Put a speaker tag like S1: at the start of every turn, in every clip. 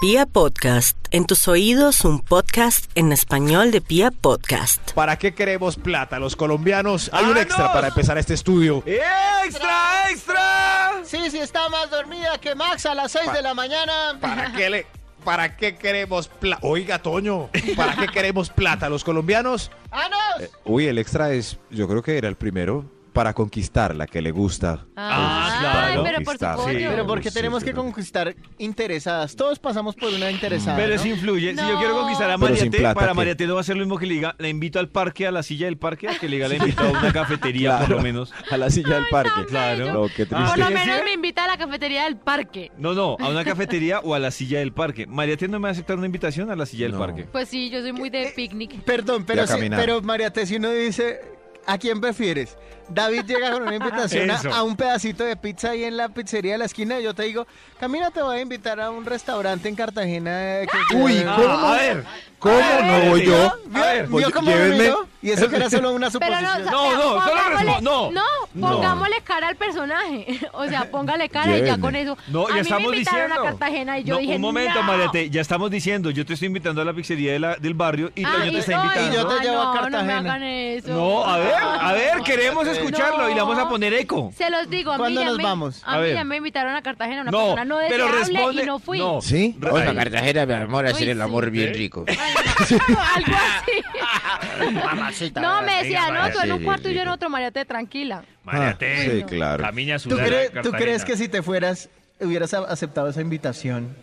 S1: Pia Podcast, en tus oídos un podcast en español de Pia Podcast.
S2: ¿Para qué queremos plata? Los colombianos. Hay un extra para empezar este estudio.
S3: ¡Extra, extra!
S4: Sí, sí, está más dormida que Max a las 6 de la mañana.
S2: ¿Para qué le.? ¿Para qué queremos plata? Oiga, Toño, ¿para qué queremos plata? Los colombianos.
S4: ¡Ah, no!
S5: Uy, el extra es, yo creo que era el primero para conquistar la que le gusta.
S2: Ah,
S6: Ay,
S2: claro.
S6: pero por
S5: Conquistar.
S6: supuesto.
S2: Sí,
S4: Pero porque
S5: sí,
S4: tenemos que
S5: pero-
S4: conquistar interesadas. Todos pasamos por una interesada.
S3: Pero
S4: ¿no?
S3: eso influye. Si yo
S6: No.
S3: quiero conquistar
S5: Pero
S3: a María
S5: sin
S3: T,
S5: plata,
S3: para
S5: ¿qué?
S3: María T no va a ser lo mismo que le diga, la invito al parque, a la silla del parque, a que le diga, la invito a una cafetería por lo
S5: Claro.
S3: menos.
S5: A la silla del parque.
S3: Claro.
S5: No, qué
S3: Ah,
S6: Por
S5: triste.
S6: lo
S3: ¿sí?
S6: menos me invita a la cafetería del parque.
S3: No, no, a una cafetería o a la silla del parque. María T no me va a aceptar una invitación a la silla del
S5: No.
S3: parque.
S6: Pues sí, yo soy muy de picnic.
S4: Perdón, pero,
S5: a
S4: si-
S5: caminar.
S4: pero María T, si uno dice, ¿a quién prefieres? David llega con una invitación a,
S3: Eso.
S4: a un pedacito de pizza ahí en la pizzería de la esquina y yo te digo, Camila te voy a invitar a un restaurante en Cartagena. eh, que-
S5: Uy,
S4: que-
S5: ¿cómo?
S3: Ah, a ver.
S5: ¿Cómo no voy yo?
S4: ¿Vio,
S3: A ver,
S4: ¿vio
S5: pues,
S4: cómo me
S5: llévenme.
S4: miró? Y eso que era solo una
S6: Pero
S4: suposición.
S6: no, o
S3: No,
S6: sea,
S3: no, solo
S6: pongámosle-
S3: respo- no.
S6: no, pongámosle cara al personaje. O sea, póngale cara y ya
S5: Llévenme.
S6: con eso.
S3: No,
S6: a
S3: ya
S6: mí
S3: estamos
S6: me invitaron
S3: diciendo.
S6: a Cartagena y yo
S3: No,
S6: dije,
S3: un momento,
S6: no.
S3: María T, ya estamos diciendo, yo te estoy invitando a la pizzería de la- del barrio y
S6: Ah,
S3: Toño te
S6: y
S3: está
S6: no, y
S3: invitando.
S4: yo te
S6: ah,
S4: llevo a
S6: no, No, me
S4: Cartagena.
S6: hagan eso.
S3: No, a ver, a ver, queremos
S4: No.
S3: escucharlo y le vamos a poner eco.
S6: Se los digo, a mí
S4: ¿Cuándo
S6: ya
S4: nos
S6: me,
S4: vamos?
S6: A,
S3: A
S6: mí
S3: ver.
S6: ya me invitaron a Cartagena una
S3: No,
S6: persona no
S3: pero
S6: deseable
S3: responde.
S6: y no fui.
S3: No.
S5: ¿Sí?
S3: Re-
S7: Vamos
S3: ahí.
S7: a Cartagena, mi amor, a hacer
S6: Uy,
S7: el amor
S6: sí.
S7: bien rico.
S6: Ay, no, algo así. no, me decía, no, tú en un
S7: sí,
S6: cuarto y yo en
S7: rico.
S6: otro, Mariate, tranquila.
S5: Ah, sí, claro.
S4: ¿Tú, cre- tú crees que si te fueras, hubieras a- aceptado esa invitación,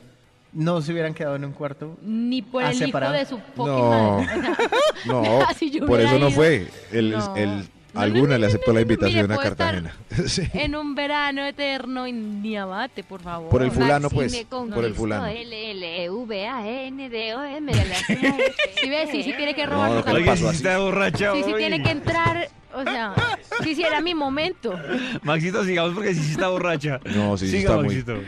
S4: no se hubieran quedado en un cuarto?
S6: Ni por
S4: Ah,
S6: el hijo
S4: separado.
S6: de su fucking
S5: No.
S6: madre. O sea,
S5: No,
S6: Si yo
S5: por
S6: hubiera
S5: eso no
S6: ido.
S5: fue. El,
S6: No.
S5: el-
S6: No,
S5: alguna
S6: no, no,
S5: le aceptó la
S6: no, no, no,
S5: invitación
S6: mire,
S5: a
S6: puedo estar-
S5: Cartagena. Sí.
S6: en un verano eterno y ni abate, por favor.
S5: Por el fulano,
S8: Maxi
S5: pues.
S8: me
S5: Por el
S8: conquistó,
S5: fulano.
S6: E,
S8: L-L-E-V-A-N-D-O-M.
S6: Si ves, sí, sí tiene que
S5: No,
S6: robar
S5: no,
S6: no,
S5: que
S3: Oye,
S5: pasó
S3: si
S5: así.
S3: está borracha
S6: Sí, sí
S3: hoy.
S6: tiene que entrar, o sea, sí, sí era mi momento.
S3: Maxito, sigamos porque sí, sí está borracha.
S5: No, sí, sí
S3: Siga,
S5: está muy-
S3: Maxito.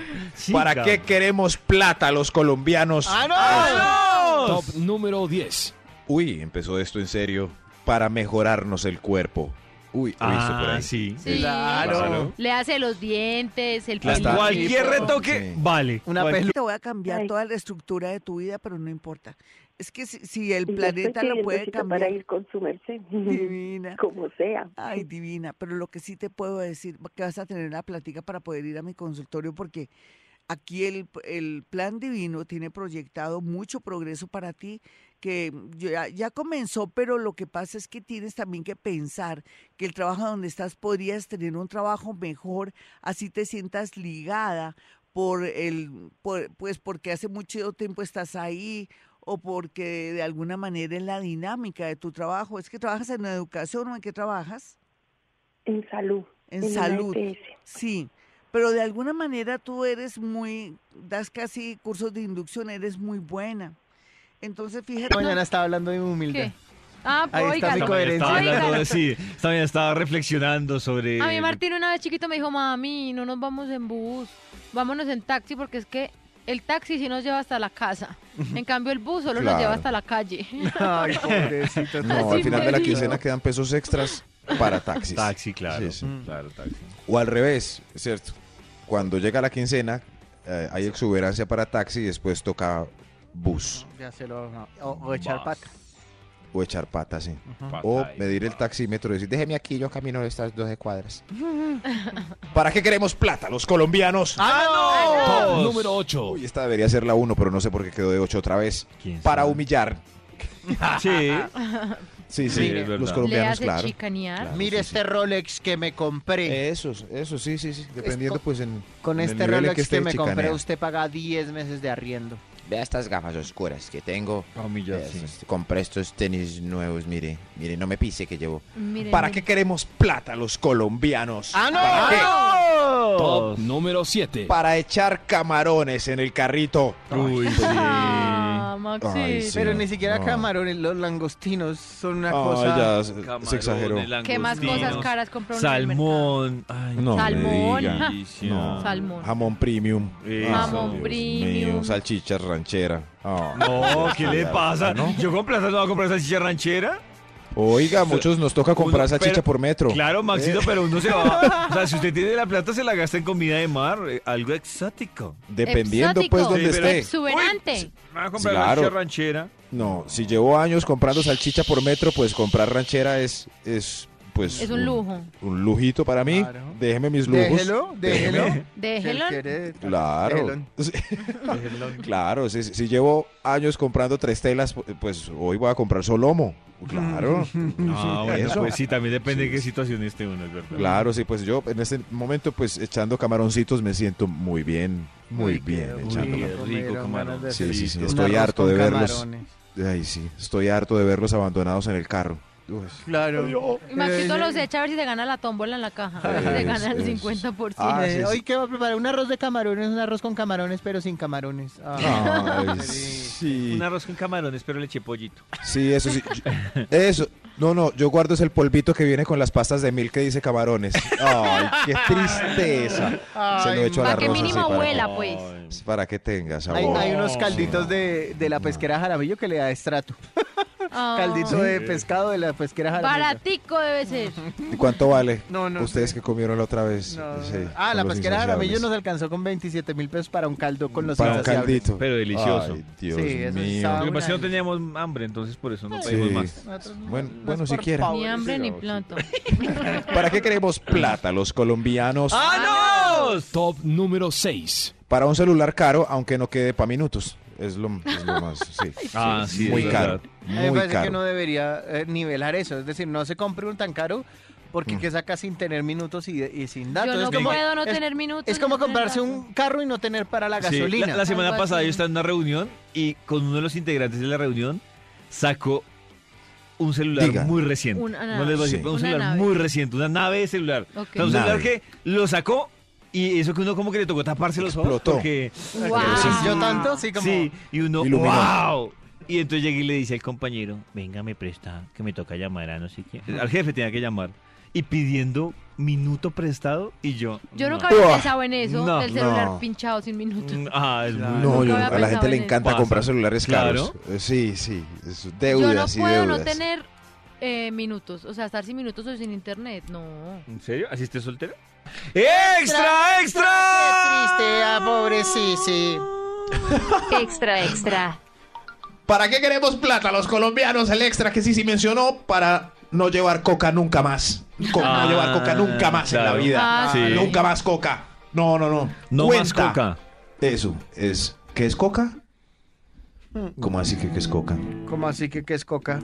S2: ¿Para qué queremos plata los colombianos?
S6: ¡Ah,
S3: Ah, ¡Vámonos!
S5: Ah. Uy, empezó esto en serio. Para mejorarnos el cuerpo. Uy, lo hizo por
S3: Ah,
S5: ahí.
S3: sí.
S6: Sí.
S3: Claro.
S6: Le hace los dientes, el
S3: Claro.
S5: Hasta-
S6: pelito.
S3: Cualquier retoque
S5: Sí.
S3: vale.
S4: Una
S3: Cual-
S4: pelu-
S9: te voy a cambiar toda la estructura de tu vida, pero no importa. Es que si, si el planeta lo puede
S10: para
S9: cambiar,
S10: ir con su merced,
S9: divina.
S10: como sea.
S9: Ay, divina, pero lo que sí te puedo decir, que vas a tener una plática para poder ir a mi consultorio porque aquí el, el plan divino tiene proyectado mucho progreso para ti, que mm, ya, ya comenzó, pero lo que pasa es que tienes también que pensar que el trabajo donde estás podrías tener un trabajo mejor, así te sientas ligada por el, por- pues porque hace mucho tiempo estás ahí o porque de alguna manera es la dinámica de tu trabajo. Es que trabajas en educación o en qué trabajas?
S10: En salud.
S9: En,
S10: una
S9: salud.
S10: EPS.
S9: Sí, pero de alguna manera tú eres muy, das casi cursos de inducción, eres muy buena. Entonces, fíjate,
S4: Mañana estaba hablando de mi humildad.
S6: ¿Qué? Ah,
S4: Ahí está
S6: oigan.
S4: mi
S3: También
S4: coherencia.
S3: estaba hablando
S6: Oigan.
S3: de- sí, también estaba reflexionando sobre...
S6: A mí Martín una vez chiquito me dijo, mami, no nos vamos en bus, vámonos en taxi porque es que el taxi sí nos lleva hasta la casa. En cambio el bus solo nos lleva
S5: Claro.
S6: hasta la calle.
S4: Ay, pobrecito.
S5: No,
S6: Así
S5: al final de la
S6: me dijo.
S5: quincena quedan pesos extras para taxis.
S3: Taxi, claro.
S5: Sí, sí.
S4: Mm.
S3: Claro, taxi.
S5: O al revés, es cierto. Cuando llega la quincena, eh, hay exuberancia para taxi y después toca bus
S4: Ya se lo... O, o echar pata.
S5: o echar patas, sí.
S3: Pata
S5: O
S3: ahí.
S5: medir el taxímetro y decir, déjeme aquí, yo camino estas 12 cuadras. ¿Para qué queremos plata los colombianos?
S3: Ah. Todos.
S5: Uy, esta debería ser la 1, pero no sé por qué quedó de 8 otra vez.
S3: ¿Quién
S5: Para
S3: sabe?
S5: humillar.
S3: Sí.
S5: Sí,
S3: Sí,
S5: sí,
S3: es verdad.
S5: los
S6: Le
S5: colombianos,
S6: hace
S5: claro.
S6: chicanear.
S5: Claro,
S4: Mire
S5: sí,
S4: este Rolex que me compré.
S5: Eso, eso, sí, sí, sí. Dependiendo,
S4: co-
S5: pues, en.
S4: Con
S5: en el
S4: este
S5: nivel en
S4: Rolex que,
S5: esté
S4: me compré
S5: chicanea.
S4: usted paga 10 meses de arriendo.
S7: Vea estas gafas oscuras que tengo.
S3: Humillar,
S7: Vea,
S3: sí.
S7: estos- Compré estos tenis nuevos, mire. Mire, no me pise que llevo.
S6: Miren,
S2: ¿Para qué
S6: miren.
S2: queremos plata los colombianos?
S4: ¡Ah, no!
S2: ¿Para qué?
S3: Todos.
S2: Para echar camarones en el carrito.
S3: Uy, sí.
S6: Ah, Maxi.
S5: Ay, sí.
S4: Pero ni siquiera
S5: no.
S4: camarones, los langostinos son una
S5: Ay,
S4: cosa...
S5: ya, se- se exageró.
S6: ¿Qué más cosas caras compró uno en el
S3: Salmón. Ay,
S5: No me
S6: Salmón.
S5: diga. No.
S6: Salmón.
S5: Jamón premium. Ah,
S3: Eso.
S6: Jamón
S5: Dios
S6: premium.
S5: mío, salchichas ranchera. Ah.
S3: No, ¿qué le
S5: Ah,
S3: pasa?
S5: ¿no?
S3: ¿Yo con plata no voy a comprar salchicha ranchera?
S5: Oiga, muchos nos toca comprar
S3: Uno,
S5: salchicha
S3: pero-
S5: por metro.
S3: Claro, Maxito,
S5: Eh.
S3: pero uno se va. O sea, si usted tiene la plata, se la gasta en comida de mar, eh, algo exótico.
S5: Eh, Dependiendo, pues,
S6: Exótico.
S5: donde
S3: Sí, pero-
S5: esté.
S6: Exuberante.
S3: Me va a comprar
S5: Claro.
S3: la ranchera.
S5: No, si llevo años comprando salchicha por metro, pues comprar ranchera es, es pues
S6: Es un lujo.
S5: Un lujito para mí.
S4: Claro.
S5: Déjeme mis lujos.
S4: Déjelo, déjelo.
S6: Déjelo.
S4: Si él quiere-
S5: Claro.
S4: Déjelo.
S5: Sí. claro, si, si llevo años comprando tres telas, pues hoy voy a comprar solomo. Claro.
S3: No, bueno,
S5: Eso.
S3: pues sí, también depende de qué
S5: Sí.
S3: situación esté uno, es verdad.
S5: Claro, sí, pues yo en este momento, pues echando camaroncitos me siento muy bien, muy
S4: Uy, qué
S5: bien
S4: rico,
S5: echando
S4: me
S3: rico
S4: dieron
S3: camarón.
S4: ganas de
S5: Sí,
S4: hacer
S5: sí, sí,
S4: un
S5: estoy
S4: arroz
S5: harto
S4: con
S5: de verlos.
S4: camarones.
S5: Ay, sí, estoy harto de verlos abandonados en el carro.
S4: Claro.
S3: oh.
S6: Y Maxito los echa a ver si se gana la tómbola en la caja. A ver si se gana el 50%.
S5: Ah, sí,
S4: Eh,
S5: sí.
S4: Hoy que va a preparar un arroz de camarones, un arroz con camarones, pero sin camarones. Ah,
S5: Ay,
S4: qué rico.
S5: sí.
S3: Un arroz con camarones, pero le eché pollito.
S5: Sí, eso sí. Yo- Eso. No, no, yo guardo es el polvito que viene con las pastas de mil que dice camarones. Ay, qué tristeza. Se lo
S4: Ay,
S5: echo al
S6: Para que
S5: arroz así
S6: mínimo
S5: para,
S6: huela, pues.
S5: para que tengas
S4: Hay,
S5: sabor.
S4: hay unos calditos de, de la pesquera Jaramillo que le da estrato.
S6: Ah,
S4: Caldito de pescado de la pesquera Jaramillo.
S6: Baratico debe ser.
S5: ¿Y cuánto vale?
S4: No, no
S5: Ustedes
S4: sé.
S5: que comieron la otra vez.
S4: No.
S5: sí,
S4: ah,
S5: con
S4: la
S5: los
S4: pesquera Jaramillo
S5: insaciables.
S4: nos alcanzó con 27 mil pesos para un caldo con los
S5: Para un
S4: insaciables.
S5: caldito.
S3: Pero delicioso.
S5: Ay, Dios
S4: Sí, eso
S5: mío.
S4: está
S3: Lo que pasa
S4: una
S3: es que no
S4: delicia.
S3: teníamos hambre, entonces por eso no
S5: Sí.
S3: pedimos más.
S4: Nosotros no-
S5: Bueno,
S4: no es
S5: bueno,
S4: por
S5: siquiera.
S4: favor.
S6: Ni hambre ni plato.
S5: ¿Para qué queremos plata los colombianos?
S4: Ah.
S3: ¡Anos!
S8: Top número 6.
S5: Para un celular caro, aunque no quede para minutos. Es lo, es lo más. Sí.
S3: Ah, sí,
S5: muy
S3: es
S5: caro.
S3: verdad.
S4: A mí me
S5: Muy
S4: parece que no
S5: caro.
S4: debería eh, nivelar eso. Es decir, no se compre un tan caro
S5: Mm.
S4: porque que saca sin tener minutos y, y sin datos.
S6: Yo no
S4: es como,
S6: puedo no
S4: es-
S6: tener minutos.
S4: es
S6: ni
S4: como
S6: tener
S4: comprarse
S6: datos.
S4: un carro y no tener para la
S3: Sí,
S4: gasolina.
S3: La, la semana
S6: Algo
S3: pasada
S6: así.
S3: yo estaba en una reunión y con uno de los integrantes de la reunión sacó un celular
S5: Diga.
S3: muy reciente.
S6: Una nave.
S3: no les voy a
S5: Sí.
S3: decir, pero un
S6: Una
S3: celular
S6: nave.
S3: muy reciente, una nave de celular.
S6: Ok.
S3: O sea, un celular
S5: Nave.
S3: que lo sacó y eso que uno como que le tocó taparse los ojos
S5: Explotó.
S3: porque
S6: Guau.
S5: Pero sí,
S4: Yo tanto, sí, como...
S3: sí, y uno
S5: Iluminó.
S3: wow. Y entonces llegué y le dice al compañero, venga, me presta, que me toca llamar a no sé quién. Al jefe tenía que llamar. Y pidiendo minuto prestado y yo.
S6: Yo
S3: no.
S6: nunca había
S5: Uah.
S6: pensado en eso,
S3: No,
S6: del celular
S5: no.
S6: pinchado sin minutos.
S3: Mm, Ah, es muy-
S5: No, yo,
S6: había
S5: a la gente
S6: pensado
S5: le
S6: en
S5: encanta
S3: eso.
S5: comprar
S3: Pasa.
S5: celulares caros.
S3: Claro.
S5: Eh, Sí, sí. es
S6: Yo no
S5: Deudas y
S6: puedo
S5: deudas.
S6: no tener eh, minutos, o sea, estar sin minutos o sin internet, no.
S3: ¿En serio? ¿Así estés soltero? ¡Extra, extra!
S4: Triste, ah, pobre, sí, sí.
S11: Extra, extra.
S2: ¿Para qué queremos plata los colombianos? El extra que sí sí mencionó para no llevar coca nunca más. Co-
S3: Ah,
S2: no llevar coca nunca más en
S3: claro.
S2: la vida.
S6: Ah,
S3: sí.
S2: Nunca más coca. No, no, no.
S3: No más
S2: Cuenta.
S3: coca.
S5: Eso.
S2: Es, ¿Qué es coca?
S5: ¿Cómo así que, que es coca?
S4: ¿Cómo así que qué es coca?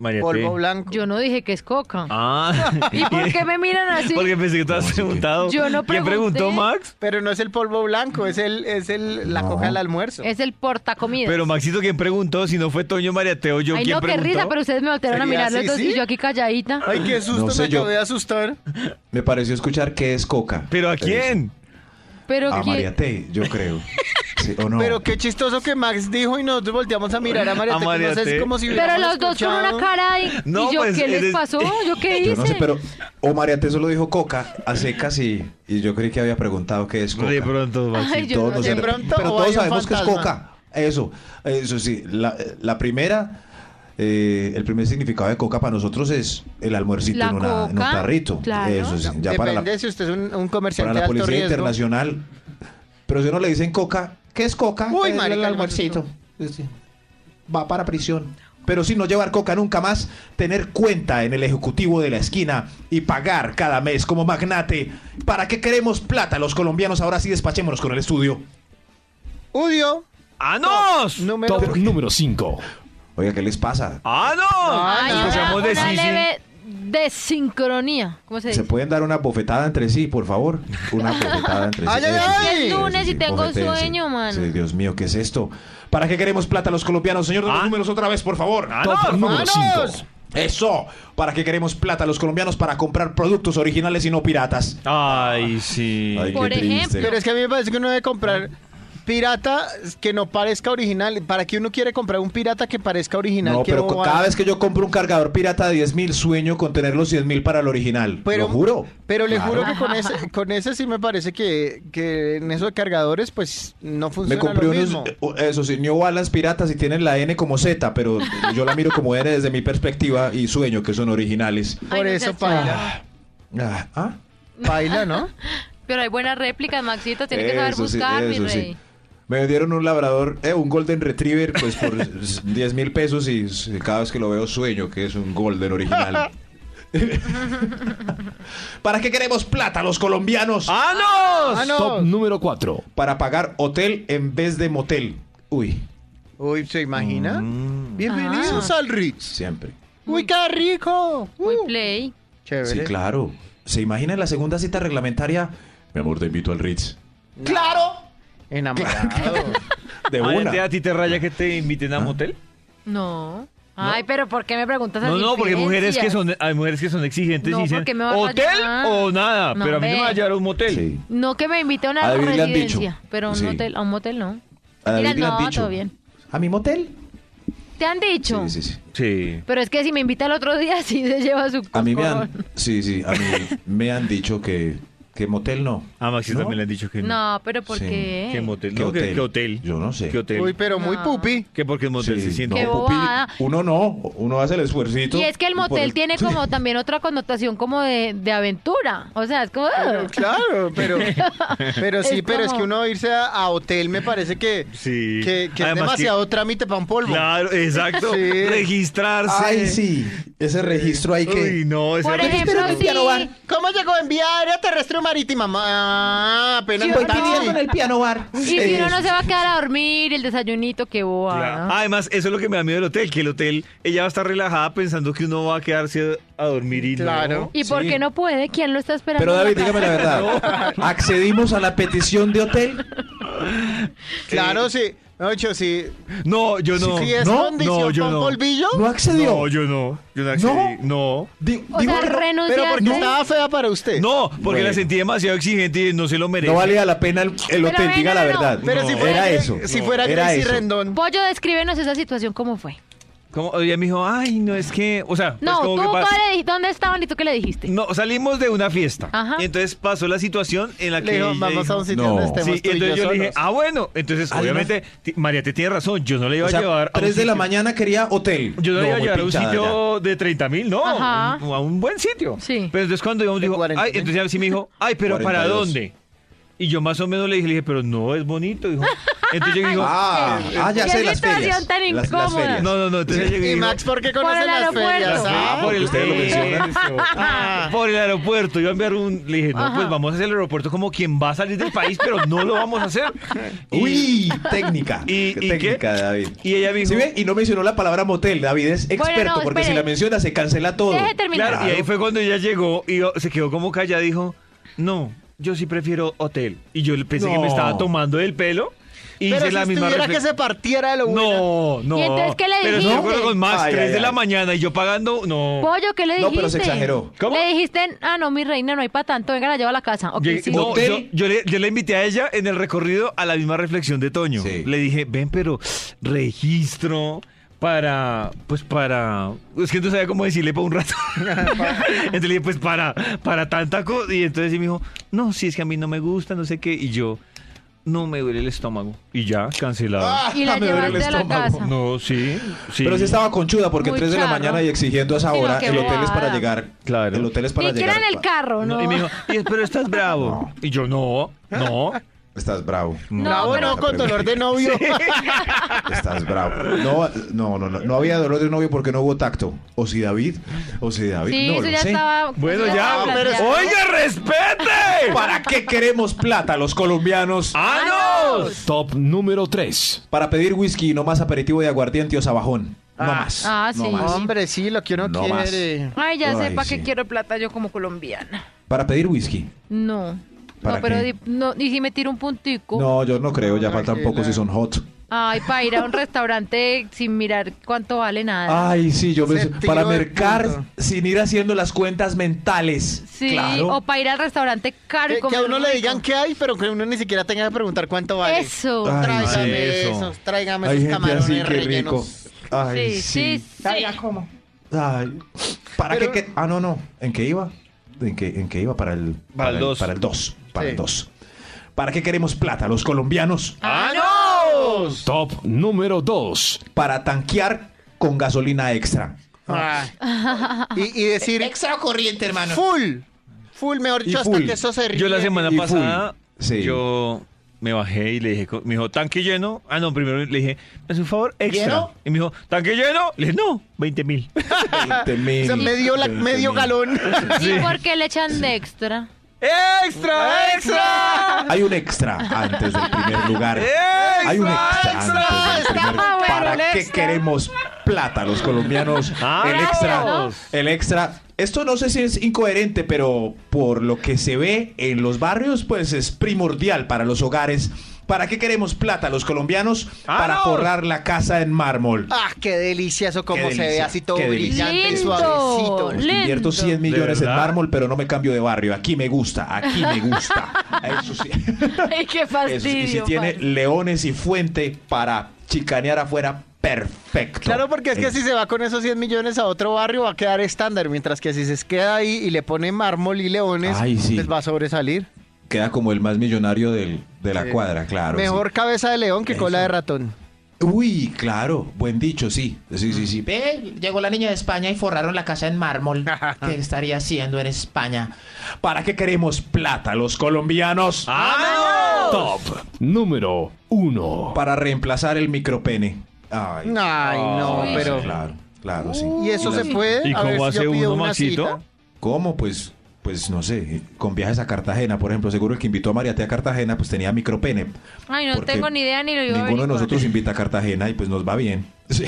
S3: María
S4: Polvo blanco.
S6: Yo no dije que es coca.
S3: Ah,
S6: ¿Y por qué me miran así?
S3: porque pensé que te habías preguntado.
S6: Yo no
S3: ¿Quién preguntó,
S6: pregunté.
S3: Max?
S4: Pero no es el polvo blanco, es el, es el, la coca del almuerzo.
S6: Es el portacomidas.
S3: Pero Maxito, ¿quién preguntó? Si no fue Toño Mariateo, yo
S6: Ay,
S3: ¿quién
S6: no, qué
S3: preguntó?
S6: risa, pero ustedes me voltearon a
S4: Sería
S6: mirar los
S4: así,
S6: dos
S4: ¿sí?
S6: y yo aquí calladita.
S4: Ay, qué susto,
S5: No sé
S4: me
S5: yo.
S4: acabé de asustar.
S5: Me pareció escuchar que es coca.
S3: ¿Pero a quién?
S6: Pero
S5: A
S6: que-
S5: Ah, María T, yo creo. Sí, ¿O no?
S4: Pero qué chistoso que Max dijo y nosotros volteamos a mirar a María.
S3: A
S4: T, que
S3: María
S4: no sé, es
S3: T.
S4: como si
S6: Pero
S4: hubiéramos
S6: los dos con una
S4: escuchado-
S6: cara y,
S3: No,
S6: y yo,
S3: pues,
S6: ¿qué les
S3: eres-
S6: pasó? ¿Yo qué hice?
S5: Yo no sé, pero. O María T solo dijo coca a secas y, y yo creí que había preguntado qué es coca.
S3: De pronto, Max.
S6: Ay,
S5: Y
S6: yo
S5: todos
S6: no
S5: nos
S4: sé.
S5: enter-
S4: De pronto,
S5: pero
S4: o
S5: todos
S4: hay un
S5: sabemos que es
S4: fantasma.
S5: coca. Eso, eso sí. La, la primera, eh, el primer significado de coca para nosotros es el almuercito
S6: La
S5: en, una- en un
S6: coca,
S5: tarrito.
S6: claro.
S5: Eso sí. Ya para
S4: Depende
S5: la,
S4: si usted es un,
S5: para
S4: un comerciante
S5: la
S4: de alto
S5: policía
S4: riesgo.
S5: internacional. Pero si uno le dicen coca, ¿qué es coca?
S4: Uy,
S5: Es
S4: marica,
S5: el
S4: el
S5: almuercito. Sí. Va para prisión. Pero si no llevar coca nunca más, tener cuenta en el ejecutivo de la esquina y pagar cada mes como magnate. ¿Para qué queremos plata los colombianos? Ahora sí despachémonos con el estudio.
S4: Udio,
S3: ¡Anos!
S4: número...
S8: Top número 5.
S5: Oiga, ¿qué les pasa?
S3: ¡Anos!
S6: Ay,
S3: Nos
S6: una,
S3: llamamos de
S6: una
S3: Sisi.
S6: leve desincronía. ¿Cómo se dice?
S5: ¿Se pueden dar una bofetada entre sí, por favor? Una bofetada entre sí.
S4: ¡Ay, ay, ay!
S6: Es lunes
S5: Eso sí,
S6: y tengo
S5: bofetense.
S6: sueño, mano.
S5: Sí, Dios mío, ¿qué es esto? ¿Para qué queremos plata los colombianos? Señor, de los
S3: Ah.
S5: números otra vez, por favor.
S4: Ah,
S8: Top
S3: ¡Anos!
S8: número 5.
S5: Eso, ¿para qué queremos plata los colombianos para comprar productos originales y no piratas?
S3: Ay, sí.
S5: Ay, qué
S6: Por
S5: triste.
S6: ejemplo.
S4: Pero es que a mí me parece que uno debe comprar pirata que no parezca original. ¿Para qué uno quiere comprar un pirata que parezca original?
S5: No,
S4: Qué
S5: pero co-
S4: bobada.
S5: cada vez que yo compro un cargador pirata de 10 mil, sueño con tener los 10 mil para el original. Lo
S4: Pero-
S5: juro.
S4: Pero le
S5: Claro.
S4: juro que con ese, con ese sí me parece que, que en esos cargadores pues no funciona
S5: Me compré
S4: lo
S5: unos,
S4: mismo.
S5: eh, eso sí, New Balance piratas y tienen la N como Z, pero yo la miro como N desde mi perspectiva y sueño que son originales.
S4: Por
S6: no
S4: eso
S6: seas
S4: paila.
S5: Ah, ah,
S4: Paila, ¿no?
S6: Pero hay buenas réplicas, Maxito. Tiene que saber
S5: eso sí,
S6: buscar, mi
S5: eso sí.
S6: rey.
S5: Me dieron un labrador, eh, un Golden Retriever, pues por 10 mil pesos y s- cada vez que lo veo sueño que es un Golden original.
S2: ¿Para qué queremos plata los colombianos?
S3: ¡Anos!
S4: ¡Anos!
S8: Top número 4.
S5: Para pagar hotel en vez de motel. Uy,
S4: Uy, ¿se imagina? Bienvenidos al Ritz.
S5: siempre.
S4: Uy, qué rico.
S6: Muy
S4: Uh,
S6: play.
S4: Chévere.
S5: Sí, claro. ¿Se imagina en la segunda cita reglamentaria? Mi amor, te invito al Ritz.
S4: Enamorado.
S5: De
S3: Ay,
S5: una. ¿Ah?
S3: ¿te- ¿A ti te raya que te inviten a motel?
S6: No. Ay, pero ¿por qué me preguntas
S3: No,
S6: así?
S3: no, porque mujeres que son, hay mujeres que son exigentes
S6: No,
S3: y dicen
S6: porque me vas a
S3: hotel
S6: llevar".
S3: o nada,
S6: No,
S3: pero a mí no me
S6: ve.
S3: va a llevar a un motel.
S5: Sí.
S6: No que me invite a una
S5: A David le han
S6: residencia,
S5: dicho.
S6: pero a un
S5: Sí.
S6: hotel, a un motel no.
S5: A David
S6: Mira,
S5: le han
S6: no,
S5: dicho.
S6: todo bien.
S5: ¿A mi motel?
S6: Te han dicho.
S5: Sí, sí, sí.
S3: Sí.
S6: Pero es que si me invita al otro día, sí se lleva su
S5: A mí me
S6: coscorrón.
S5: han, sí, sí, a mí me han dicho que, que motel no.
S3: A Ah, Maxi
S5: ¿No?
S3: también le han dicho que no.
S6: No, pero ¿por
S5: Sí.
S6: qué?
S3: Que motel.
S5: ¿Qué
S3: no, que-
S5: hotel?
S3: que hotel.
S5: Yo no sé.
S3: Que hotel.
S4: Uy, pero muy
S6: No.
S4: pupi.
S3: Que porque el motel
S5: Sí,
S3: se siente.
S6: Qué
S5: no, pupi,
S6: bobada.
S5: uno no, uno hace el esfuercito.
S6: Ah. Y es que el
S5: por
S6: motel tiene como también otra connotación como de, de aventura. O sea, es como...
S4: Pero claro, pero, pero sí,
S6: Es
S4: pero es
S6: como-
S4: que uno irse a, a hotel me parece que,
S3: Sí.
S4: que, que es
S3: Además que-
S4: demasiado trámite para un polvo.
S3: Claro, exacto.
S4: Sí.
S3: Registrarse.
S5: Ay, sí, ese registro hay que...
S3: Uy, no, ese
S6: Por
S3: re-
S6: ejemplo,
S5: espérame,
S6: si...
S5: piano bar.
S4: ¿Cómo llegó en vía aérea, terrestre o marítima? Ah, apenas
S6: Sí,
S4: con
S6: voy
S4: taxi.
S6: pidiendo en
S5: el piano bar. Eh,
S6: Y si uno no se va a quedar a dormir, el desayunito, qué boba.
S5: Ah,
S3: Claro. Además, eso es lo que me da miedo del hotel, que el hotel, ella va a estar relajada pensando que uno va a quedarse a dormir y no.
S4: Claro.
S6: ¿Y por
S5: Sí.
S6: qué no puede? ¿Quién lo está esperando?
S5: Pero
S6: en la
S5: David, dígame la
S6: casa?
S5: verdad. ¿Accedimos a la petición de hotel?
S4: Claro, sí. Ocho, sí.
S3: No, yo no.
S4: Si es
S3: no,
S4: condición
S3: no, yo
S4: pa' un
S3: no.
S4: polvillo,
S5: ¿No accedió?
S3: No, yo no. Yo no accedí. No.
S5: Di-
S6: O
S5: digo
S6: sea,
S5: que no-
S6: renunciaste.
S4: pero porque estaba fea para usted.
S3: No, porque
S5: Bueno.
S3: la sentí demasiado exigente y no se lo merece.
S5: no valía la pena el, el
S6: Pero
S5: hotel,
S6: venga,
S5: diga la
S6: no,
S5: verdad.
S4: pero
S3: no,
S4: si fuera,
S5: era
S4: Gre-
S5: eso.
S4: Si
S3: no,
S4: fuera
S5: era
S4: Gracie
S5: eso.
S4: Rendón.
S6: Pollo, descríbenos esa situación, ¿cómo fue?
S5: Pues,
S3: Como, ella me dijo, ay, no es que. O sea, pues
S6: No,
S3: como
S6: ¿tú
S3: que pa-
S6: cuál le dij- dónde estaban y tú qué le dijiste?
S3: No, salimos de una fiesta.
S6: Ajá.
S3: Y entonces pasó la situación en la
S4: Le
S3: que.
S4: dijo,
S3: ella
S4: vamos
S3: dijo-
S4: a un sitio
S5: No.
S4: donde
S3: Sí,
S4: estemos
S3: y
S4: tú y yo
S3: entonces yo le dije,
S4: solos.
S3: ah, bueno. Entonces,
S5: Además-
S3: obviamente, ti- María te tiene razón. Yo no le iba
S5: O sea,
S3: a llevar. a un
S5: 3 de la
S3: sitio-
S5: mañana quería hotel.
S3: Yo no, le iba a
S5: muy
S3: llevar a un
S5: pinchada
S3: sitio de 30 mil, no.
S6: Ajá.
S3: un- a un buen sitio.
S6: Sí.
S3: Pero entonces cuando íbamos,
S4: De
S3: dijo,
S4: 40.000.
S3: ay, entonces ya sí me dijo, ay, pero ¿para
S5: 42.
S3: dónde? Y yo más o menos le dije, le dije, pero no es bonito. Dijo. Entonces yo
S5: ya.
S3: digo,
S5: Ah, ah, ya
S6: Qué
S5: sé las
S6: situación
S5: ferias.
S6: tan
S5: Las- las
S6: incómoda.
S5: ferias.
S3: no, no, no. Entonces yo
S4: Y
S3: digo,
S4: Max, ¿por qué conoce
S6: el
S4: las
S6: aeropuerto.
S4: ferias?
S3: Ah,
S4: ah?
S3: por el,
S5: Ustedes lo mencionan.
S3: Eso. Ah, por el aeropuerto. Iba a enviar un. Le dije, no,
S6: Ajá.
S3: pues vamos a hacer el aeropuerto como quien va a salir del país, pero no lo vamos a hacer. Y-
S5: Uy, técnica.
S3: ¿Y- y
S5: técnica,
S3: qué?
S5: David.
S3: Y ella me dijo.
S5: ¿Sí ve? Y no mencionó la palabra motel. David es experto,
S6: no,
S5: porque si
S6: espere.
S5: la menciona se cancela todo.
S6: Deje terminar.
S3: Claro, y ahí fue cuando ella llegó y yo- se quedó como callada. Dijo, no, yo sí prefiero hotel. Y yo pensé que
S5: No.
S3: me estaba tomando el pelo. Y
S4: Pero
S3: hice
S4: si
S3: la misma
S4: estuviera que
S3: reflexión.
S4: se partiera de lo bueno.
S3: No, no.
S6: ¿Y entonces qué le
S3: Pero estoy de
S6: dijiste?
S3: acuerdo con Max,
S5: Ay,
S3: 3
S5: ay,
S3: de la
S5: ay.
S3: mañana y yo pagando, no.
S6: Pollo, ¿qué le
S5: No,
S6: dijiste?
S5: pero se exageró.
S3: ¿Cómo?
S6: Le dijiste, ah, no, mi reina, no hay para tanto, venga, la llevo a la casa. Ok,
S3: Llegué-
S6: sí.
S3: no,
S5: Hotel.
S3: yo, yo le, yo le invité a ella en el recorrido a la misma reflexión de Toño.
S5: Sí.
S3: Le dije, ven, pero registro para, pues para, es que no sabía cómo decirle para un rato. entonces le dije, pues para, para tanta cosa. Y entonces sí me dijo, no, si es que a mí no me gusta, no sé qué. Y yo, no me duele el estómago. Y ya, cancelado.
S6: Y la
S5: Ah, me duele el
S6: llevaste a la
S5: estómago.
S6: casa.
S3: No, sí, sí.
S5: Pero sí estaba conchuda porque
S6: Muy
S5: 3 de la
S6: charro.
S5: mañana y exigiendo a esa
S6: Sí, no,
S5: hora.
S6: qué
S5: el hotel es para
S6: bobada.
S5: llegar.
S3: Claro.
S5: El hotel es para
S6: Ni siquiera
S5: llegar.
S6: en el carro, ¿no?
S3: No, Y me dijo, "Y- pero estás bravo. Y yo, no, no.
S5: Estás bravo.
S6: No,
S4: Bravo,
S6: pero-
S4: no, con dolor de novio.
S5: Estás bravo. No, no, no, no. No había dolor de novio porque no hubo tacto. O si David, o si David.
S6: Sí,
S5: no,
S6: eso
S5: lo
S6: ya
S5: sé.
S6: estaba.
S3: Bueno,
S6: eso
S3: ya.
S6: estaba
S4: pero-
S6: planteado.
S3: Oiga, respete.
S5: ¿Para qué queremos plata los colombianos?
S3: Ah. ¡Anos!
S8: Top número 3.
S5: Para pedir whisky y no más aperitivo de aguardiente o sabajón. No más.
S6: ah,
S5: no
S6: sí.
S5: más.
S4: Hombre, sí, lo que uno
S5: No más.
S4: quiere.
S6: Ay, ya
S5: Ay,
S6: sé para
S5: sí.
S6: qué quiero plata yo como colombiana.
S5: Para pedir whisky.
S6: No.
S5: ¿Para
S6: no, pero
S5: qué?
S6: di- no, y si me tiro un puntico.
S5: No, yo no creo. Ya faltan
S4: Tranquila.
S5: pocos si son hot.
S6: Ay, para ir a un restaurante sin mirar cuánto vale nada.
S5: Ay, sí, yo me...
S4: Sentido
S5: para
S4: del
S5: mercar
S4: punto.
S5: sin ir haciendo las cuentas mentales.
S6: sí,
S5: claro.
S6: o para ir al restaurante caro
S4: Que,
S6: y
S4: que
S6: comer
S4: a uno le
S6: rico.
S4: digan qué hay, pero que uno ni siquiera tenga que preguntar cuánto vale.
S6: Eso.
S5: Ay,
S4: tráigame
S3: sí, eso.
S4: esos, tráigame
S5: Hay
S4: esos
S5: gente
S4: camarones
S5: así que rico.
S4: rellenos.
S5: Ay,
S6: sí, sí, sí.
S12: cómo.
S5: Ay, ¿Para
S4: Pero-
S5: qué? que- Ah, no, no. ¿En qué iba? ¿En qué, en qué iba? Para el
S3: Para el
S5: el-
S3: dos.
S5: Para el 2. Para
S4: Sí.
S5: el 2. ¿Para qué queremos plata los colombianos?
S3: ¡Anos!
S13: Top número 2.
S5: Para tanquear con gasolina extra.
S4: Ah. Y, y decir
S10: Extra corriente, hermano.
S4: full. Full, mejor
S5: Y
S4: dicho, hasta
S5: full.
S4: que eso se ríe.
S3: Yo la semana
S5: y full.
S3: pasada,
S5: Sí.
S3: yo me bajé y le dije, co- me dijo, tanque lleno. Ah, no, primero le dije, me hace un favor extra.
S10: ¿Lleno?
S3: Y me dijo, tanque lleno. Le dije, no, 20 mil.
S4: O sea, medio, la, medio galón.
S6: ¿Y por qué le echan de extra?
S3: ¡Extra, extra!
S5: Hay un extra antes del primer lugar.
S3: ¡Extra,
S5: Hay un extra
S3: extra! Ah,
S5: antes del primer
S6: Está bueno
S5: ¿Para
S6: el
S5: qué
S6: extra.
S5: queremos plata los colombianos?
S3: Ah,
S5: el extra.
S3: vamos.
S5: El extra. Esto no sé si es incoherente, pero por lo que se ve en los barrios, pues es primordial para los hogares. ¿Para qué queremos plata los colombianos? Para
S3: ¡Vamos!
S5: forrar la casa en mármol.
S4: Ah, qué delicia eso como
S5: Qué
S4: se ve
S5: delicia,
S4: así todo
S5: qué delicia.
S4: brillante y
S6: Lindo.
S4: suavecito.
S5: Pues invierto
S6: Lindo.
S5: 100 millones
S3: ¿De
S5: en
S3: verdad?
S5: mármol, pero no me cambio de barrio. Aquí me gusta, aquí me gusta. Eso sí.
S6: Ay, qué
S5: Eso
S6: fastidio.
S5: sí, y si tiene
S6: parce.
S5: leones y fuente para chicanear afuera, perfecto.
S4: Claro, porque es que
S5: Eh,
S4: si se va con esos 100 millones a otro barrio va a quedar estándar, mientras que si se queda ahí y le pone mármol y leones,
S5: Ay, sí.
S4: les va a sobresalir.
S5: Queda como el más millonario del- de la
S4: Sí.
S5: cuadra, claro.
S4: Mejor cabeza de león que cola de ratón.
S5: sí. Uy, claro, buen dicho, sí. Sí, sí,
S4: Mm.
S5: sí.
S10: Ve, llegó la niña de España y forraron la casa en mármol. ¿Qué estaría haciendo en España?
S5: ¿Para qué queremos plata los colombianos?
S4: Ah.
S3: ¡Anos!
S13: Top número 1.
S5: Para reemplazar el micropene. Ay,
S4: Ay, no,
S5: sí,
S4: pero...
S5: Claro, claro, sí.
S4: ¿Y eso se puede?
S3: ¿Y
S4: ¿Eh? A ver
S3: cómo
S4: si yo
S3: hace
S4: pido
S3: uno,
S4: una
S3: Maxito?
S4: cita.
S5: ¿Cómo? Pues, pues no sé, con viajes a Cartagena, por ejemplo, seguro el que invitó a Mariate a Cartagena, pues tenía micropene.
S6: Ay, no
S5: Porque
S6: tengo ni idea ni lo iba a
S5: Ninguno de
S6: averiguar.
S5: nosotros invita a Cartagena y pues nos va bien. Sí,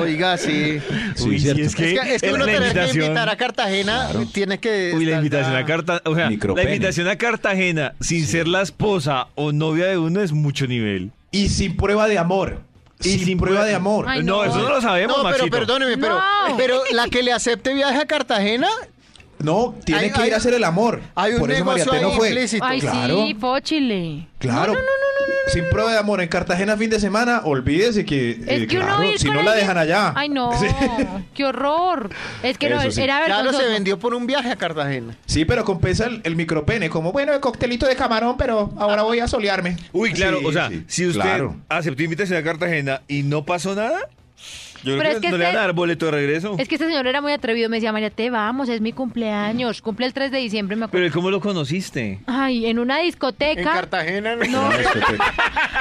S4: Oiga, sí.
S5: Sí,
S3: Uy, sí,
S5: cierto.
S3: es que,
S4: Es que, es que
S3: la
S4: uno tener que
S3: invitación-
S4: invitar a Cartagena eh, tiene que...
S3: Uy, la
S4: estar-
S3: invitación a Cartagena, o sea, la
S5: Micropene.
S3: invitación a Cartagena sin ser la esposa o novia de uno es mucho nivel.
S5: Y sin prueba de amor.
S3: Y
S5: sin,
S3: sin
S5: prueba
S3: prueba-
S5: de amor.
S6: Ay,
S3: no,
S6: no.
S3: eso no lo sabemos,
S4: No, pero
S3: Maxito.
S4: perdóneme, pero,
S6: No.
S4: pero la que le acepte viaje a Cartagena,
S5: No, tiene
S4: Hay-
S5: que
S4: hay-
S5: ir a hacer el amor.
S4: hay un
S5: Por eso
S4: negocio
S5: Mariate no
S4: ahí
S5: fue.
S4: implícito.
S6: Ay,
S5: Claro.
S6: sí, póchile.
S5: Claro. Sin prueba de amor en Cartagena fin de semana, olvídese que,
S6: Es
S5: eh,
S6: que
S5: claro,
S6: uno ir
S5: si
S6: con
S5: no la
S6: alguien-
S5: dejan allá.
S6: Ay, no.
S5: Sí.
S6: Qué horror. Es que no,
S5: Eso sí.
S6: era verdad.
S4: claro, se vendió por un viaje a Cartagena.
S5: Sí, pero compensa el, el micropene, como bueno, el coctelito de camarón, pero ahora voy a solearme.
S3: Uy, claro,
S5: Sí,
S3: o sea,
S5: sí,
S3: si usted
S5: claro.
S3: aceptó invitación a Cartagena y no pasó nada, yo
S6: Pero
S3: creo
S6: es
S3: que
S6: que
S3: no le van a
S6: este-
S3: dar boleto de regreso.
S6: Es que este señor era muy atrevido. Me decía, María, te vamos, es mi cumpleaños. Cumple el 3 de diciembre, me acuerdo.
S3: Pero ¿cómo lo conociste?
S6: Ay, en una discoteca.
S4: En Cartagena,
S6: No,
S5: Sí,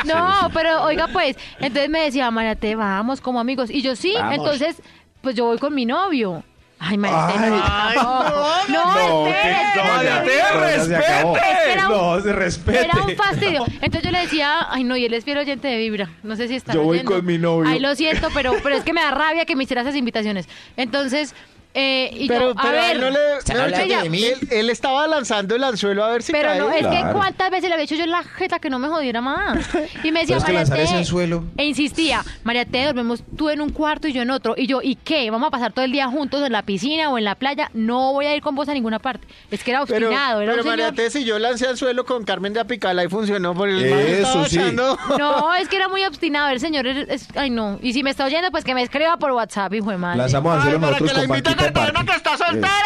S6: no,
S5: sí.
S6: pero oiga, pues, entonces me decía, Mariate, vamos como amigos. Y yo sí,
S5: Vamos.
S6: entonces, pues yo voy con mi novio. Ay, Mariate, no,
S5: Ay.
S6: tampoco. no, espérate,
S5: no,
S6: espérate.
S5: ya- no, ya se acabó.
S6: Era un-
S5: No, se respete.
S6: Era un fastidio. Entonces yo le decía, ay no, y él es fiel oyente de Vibra. No sé si está
S5: Yo voy
S6: oyendo.
S5: con mi novio.
S6: Ay, lo siento, pero, pero es que me da rabia que me hiciera esas invitaciones. Entonces, eh, y yo,
S4: Pero,
S6: a
S4: pero
S6: ver,
S4: él no le...
S6: Están
S4: pero
S6: hablando
S4: ella-
S6: de
S10: mí.
S4: Él, él estaba lanzando el anzuelo a ver si
S6: pero
S4: cae.
S6: no, es que
S5: Claro.
S6: cuántas veces le había hecho yo la jeta que no me jodiera más. Y me
S5: Pero
S6: decía,
S5: es que lanzar
S6: María
S5: ese
S6: T,
S5: anzuelo.
S6: E insistía, María T, dormimos tú en un cuarto y yo en otro. Y yo, ¿y qué? ¿Vamos a pasar todo el día juntos en la piscina o en la playa? No voy a ir con vos a ninguna parte. Es que era
S4: Pero,
S6: obstinado, era
S4: pero
S6: un
S4: María
S6: señor-
S4: T, si yo lancé anzuelo con Carmen de Apicala y funcionó por el man
S5: Eso
S4: estaba
S5: sí.
S4: echando-
S6: No, es que era muy obstinado. El señor es- es- ay, no. Y si me está oyendo, pues que me escriba por WhatsApp, hijo de madre.
S5: Lanzamos
S4: Ay,
S5: anzuelo
S4: para
S5: nosotros
S4: que la
S5: con
S4: invite a
S5: Paquito
S4: Cartagena
S5: Pardo.
S4: que está soltera.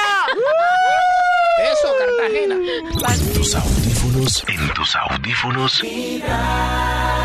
S10: Eso, Cartagena.
S14: Tus audífonos. En tus audífonos.